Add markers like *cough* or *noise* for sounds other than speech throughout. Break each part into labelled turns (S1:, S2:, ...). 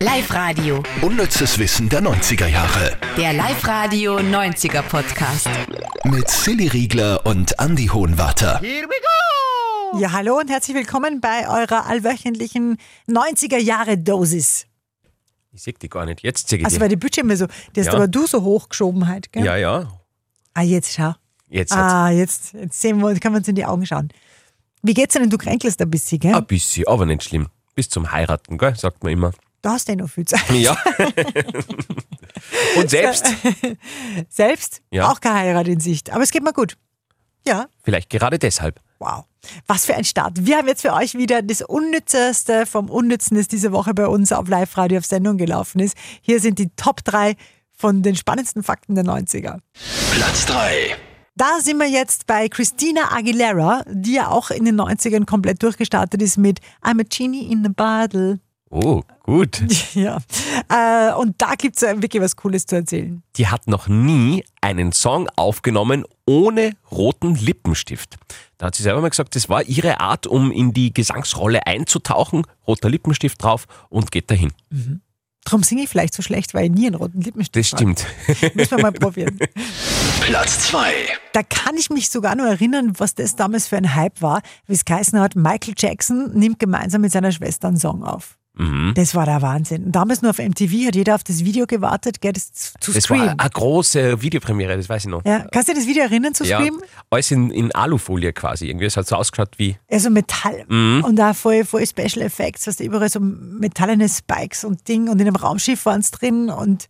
S1: Live-Radio.
S2: Unnützes Wissen der 90er Jahre.
S1: Der Live-Radio 90er Podcast.
S2: Mit Silly Riegler und Andy Hohenwater.
S3: Ja, hallo und herzlich willkommen bei eurer allwöchentlichen 90er-Jahre-Dosis.
S4: Ich sehe die gar nicht. Jetzt sehe ich
S3: Also,
S4: die.
S3: weil die Bildschirme so, die hast
S4: Ja.
S3: aber du so hochgeschoben halt, gell?
S4: ja, ja.
S3: Ah, jetzt schau.
S4: Jetzt hat's
S3: Ah, jetzt, jetzt sehen wir, können wir uns in die Augen schauen. Wie geht's denn? Du kränkelst ein bisschen, gell?
S4: ein bisschen, aber nicht schlimm. Bis zum Heiraten, gell? sagt man immer.
S3: Du hast ja noch viel Zeit. *laughs*
S4: Ja. Und selbst,
S3: Selbst
S4: Ja.
S3: auch keine Heirat in Sicht. Aber es geht mir gut. Ja,
S4: vielleicht gerade deshalb.
S3: Wow. Was für ein Start. Wir haben jetzt für euch wieder das Unnützeste vom Unnützen, das diese Woche bei uns auf Live-Radio auf Sendung gelaufen ist. Hier sind die Top 3 von den spannendsten Fakten der 90er.
S2: Platz 3.
S3: Da sind wir jetzt bei Christina Aguilera, die ja auch in den 90ern komplett durchgestartet ist mit I'm a Genie in a Bottle. *laughs*
S4: Oh, gut.
S3: Ja. Äh, und da gibt es wirklich was Cooles zu erzählen.
S4: Die hat noch nie einen Song aufgenommen ohne roten Lippenstift. Da hat sie selber mal gesagt, das war ihre Art, um in die Gesangsrolle einzutauchen. Roter Lippenstift drauf und geht dahin.
S3: Drum singe ich vielleicht so schlecht, weil ich nie einen roten
S4: Das
S3: Lippenstift habe.
S4: stimmt.
S3: Müssen wir mal probieren.
S2: Platz 2.
S3: Da kann ich mich sogar noch erinnern, was das damals für ein Hype war, wie es geheißen hat, Michael Jackson nimmt gemeinsam mit seiner Schwester einen Song auf.
S4: Mhm.
S3: Das war der Wahnsinn. Und damals nur auf MTV hat jeder auf das Video gewartet, gell, das zu- zu
S4: Das war
S3: Scream.
S4: eine große Videopremiere, das weiß ich noch.
S3: Ja, kannst du dir das Video erinnern zu
S4: Ja,
S3: Scream?
S4: alles in, in Alufolie quasi. Irgendwie, es hat so ausgeschaut wie
S3: Also Metall und da voll, voll Special Effects, was da überall so metallene Spikes und Ding und in einem Raumschiff waren es drin und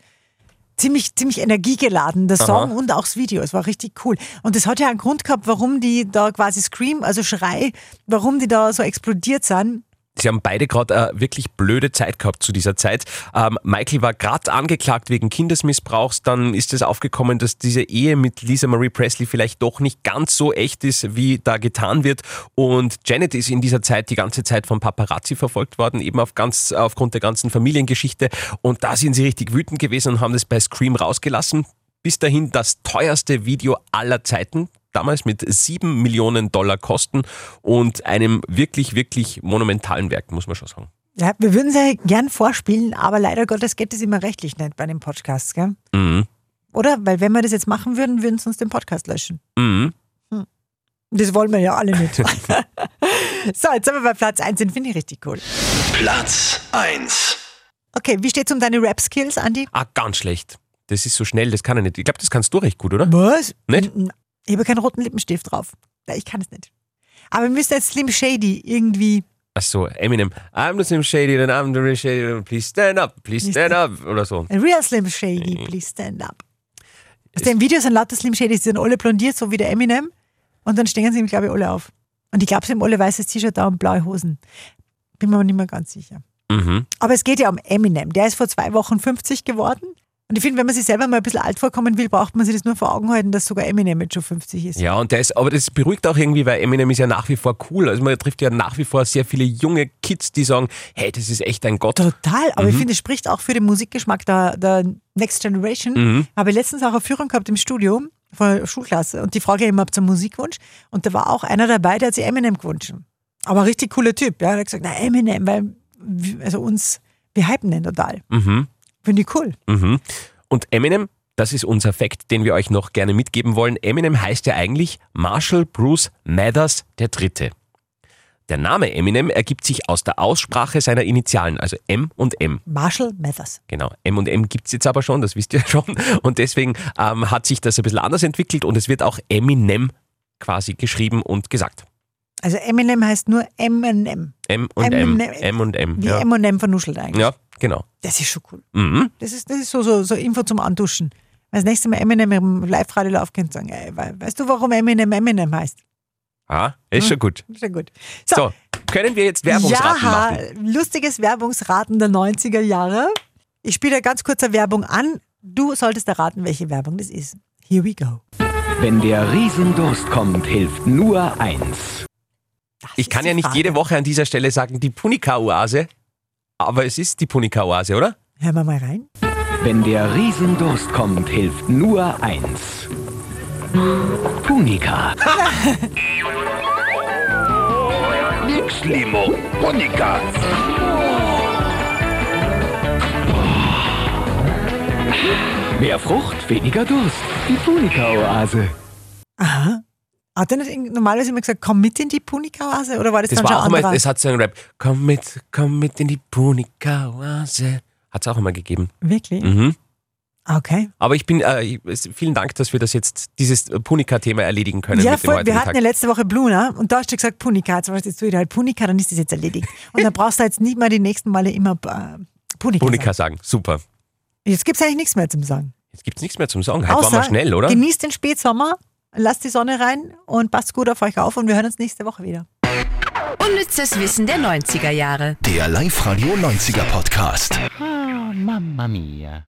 S3: ziemlich, ziemlich energiegeladen, der Song und auch das Video. Es war richtig cool. Und das hat ja einen Grund gehabt, warum die da quasi Scream, also Schrei, warum die da so explodiert sind.
S4: Sie haben beide gerade äh, wirklich blöde Zeit gehabt zu dieser Zeit. Ähm, Michael war gerade angeklagt wegen Kindesmissbrauchs. Dann ist es aufgekommen, dass diese Ehe mit Lisa Marie Presley vielleicht doch nicht ganz so echt ist, wie da getan wird. Und Janet ist in dieser Zeit die ganze Zeit von Paparazzi verfolgt worden, eben auf ganz, aufgrund der ganzen Familiengeschichte. Und da sind sie richtig wütend gewesen und haben das bei Scream rausgelassen. Bis dahin das teuerste Video aller Zeiten. Damals mit 7 Millionen Dollar Kosten und einem wirklich, wirklich monumentalen Werk, muss man schon sagen.
S3: Ja, wir würden sie ja gern vorspielen, aber leider Gottes geht es immer rechtlich nicht bei den Podcasts, gell?
S4: Mhm.
S3: Oder? Weil wenn wir das jetzt machen würden, würden sie uns den Podcast löschen.
S4: Mhm.
S3: Das wollen wir ja alle nicht. *laughs* so, jetzt sind wir bei Platz 1, den finde ich richtig cool.
S2: Platz 1.
S3: Okay, wie steht's um deine Rap-Skills, Andi?
S4: Ah, ganz schlecht. Das ist so schnell, das kann er nicht. Ich glaube, das kannst du recht gut, oder?
S3: Was?
S4: Nicht?
S3: Ich habe keinen roten Lippenstift drauf. Ja, Ich kann es nicht. Aber wir müssen jetzt Slim Shady irgendwie.
S4: Ach so, Eminem. I'm the Slim Shady, then I'm the Real Shady, please stand up, please
S3: Nicht
S4: stand up oder so.
S3: Ein real Slim Shady, please stand up. Aus den Videos sind lauter Slim Shadys, die sind alle blondiert, so wie der Eminem. Und dann stehen sie ihm, glaube ich, alle auf. Und ich glaube, sie haben alle weißes T-Shirt da und blaue Hosen. Bin mir aber nicht mehr ganz sicher.
S4: Mhm.
S3: Aber es geht ja um Eminem. Der ist vor zwei Wochen 50 geworden. Und ich finde, wenn man sich selber mal ein bisschen alt vorkommen will, braucht man sich das nur vor Augen halten, dass sogar Eminem jetzt schon 50 ist.
S4: Ja, und der ist, aber das beruhigt auch irgendwie, weil Eminem ist ja nach wie vor cool. Also man trifft ja nach wie vor sehr viele junge Kids, die sagen, hey, das ist echt ein Gott.
S3: Total, aber
S4: Mhm.
S3: ich finde, es spricht auch für den Musikgeschmack der, der Next Generation.
S4: Mhm.
S3: Habe ich letztens auch eine Führung gehabt im Studio von der Schulklasse und die frage ich immer zum Musikwunsch. Und da war auch einer dabei, der hat sich Eminem gewünscht. Aber ein richtig cooler Typ, ja. Der hat gesagt, na Eminem, weil wir- also uns, wir hypen den total.
S4: Mhm.
S3: Finde ich cool.
S4: Mhm. Und Eminem, das ist unser Fakt, den wir euch noch gerne mitgeben wollen. Eminem heißt ja eigentlich Marshall Bruce Mathers der Dritte. Der Name Eminem ergibt sich aus der Aussprache seiner Initialen, also M und M.
S3: Marshall Mathers.
S4: Genau, M und M gibt's jetzt aber schon, das wisst ihr *laughs* schon. Und deswegen ähm, hat sich das ein bisschen anders entwickelt und es wird auch Eminem quasi geschrieben und gesagt.
S3: Also Eminem heißt nur Eminem.
S4: M und M.
S3: Eminem.
S4: M und M.
S3: Wie
S4: Ja.
S3: Eminem vernuschelt eigentlich.
S4: ja, genau.
S3: Das ist schon cool.
S4: Mhm.
S3: Das ist, das ist so, so, so Info zum Antuschen. Wenn das nächste Mal Eminem im Live-Radio laufen könnt, sagen, ey, we- weißt du, warum Eminem Eminem heißt?
S4: Ah,
S3: Mhm.
S4: ist schon gut.
S3: Sehr gut.
S4: So, können wir jetzt Werbungsraten machen?
S3: ja, lustiges Werbungsraten der 90er Jahre. Ich spiele ganz kurzer Werbung an. Du solltest erraten, welche Werbung das ist. Here we go.
S5: Wenn der Riesendurst kommt, hilft nur eins.
S3: Das
S4: Ich
S3: ist
S4: kann
S3: die
S4: ja nicht
S3: Frage.
S4: jede Woche an dieser Stelle sagen, die Punika-Oase, aber es ist die Punika-Oase, oder?
S3: Hören wir mal rein.
S5: Wenn der Riesendurst kommt, hilft nur eins. Punika. Nix Limo. Punika. Mehr Frucht, weniger Durst. Die Punika-Oase.
S3: Aha. Hat er nicht normalerweise immer gesagt, komm mit in die Punika-Oase? Oder war das,
S4: Das
S3: dann schon
S4: war auch
S3: anderer?
S4: immer, es hat so einen Rap. Komm mit, komm mit in die Punika-Oase. Hat es auch immer gegeben.
S3: Wirklich?
S4: Mhm.
S3: Okay.
S4: Aber ich bin, äh, ich- es- vielen Dank, dass wir das jetzt, dieses Punika-Thema erledigen können.
S3: Ja,
S4: mit dem
S3: voll. Wir
S4: heutigen
S3: hatten
S4: Tag.
S3: ja letzte Woche Bluna und da hast du gesagt Punika. Jetzt weißt du, jetzt tue ich dir halt Punika, dann ist das jetzt erledigt. Und dann brauchst du jetzt nicht mal die nächsten Male immer äh, Punika.
S4: Punika
S3: Punika.
S4: sagen, super.
S3: Jetzt gibt es eigentlich nichts mehr zum Sagen.
S4: Jetzt gibt es nichts mehr zum Sagen. Heute waren wir schnell, oder?
S3: Genießt den Spätsommer, lasst die Sonne rein und passt gut auf euch auf und wir hören uns nächste Woche wieder.
S1: Unnützes Wissen der 90er Jahre.
S2: Der Live-Radio 90er Podcast.
S6: Ah, mamma mia.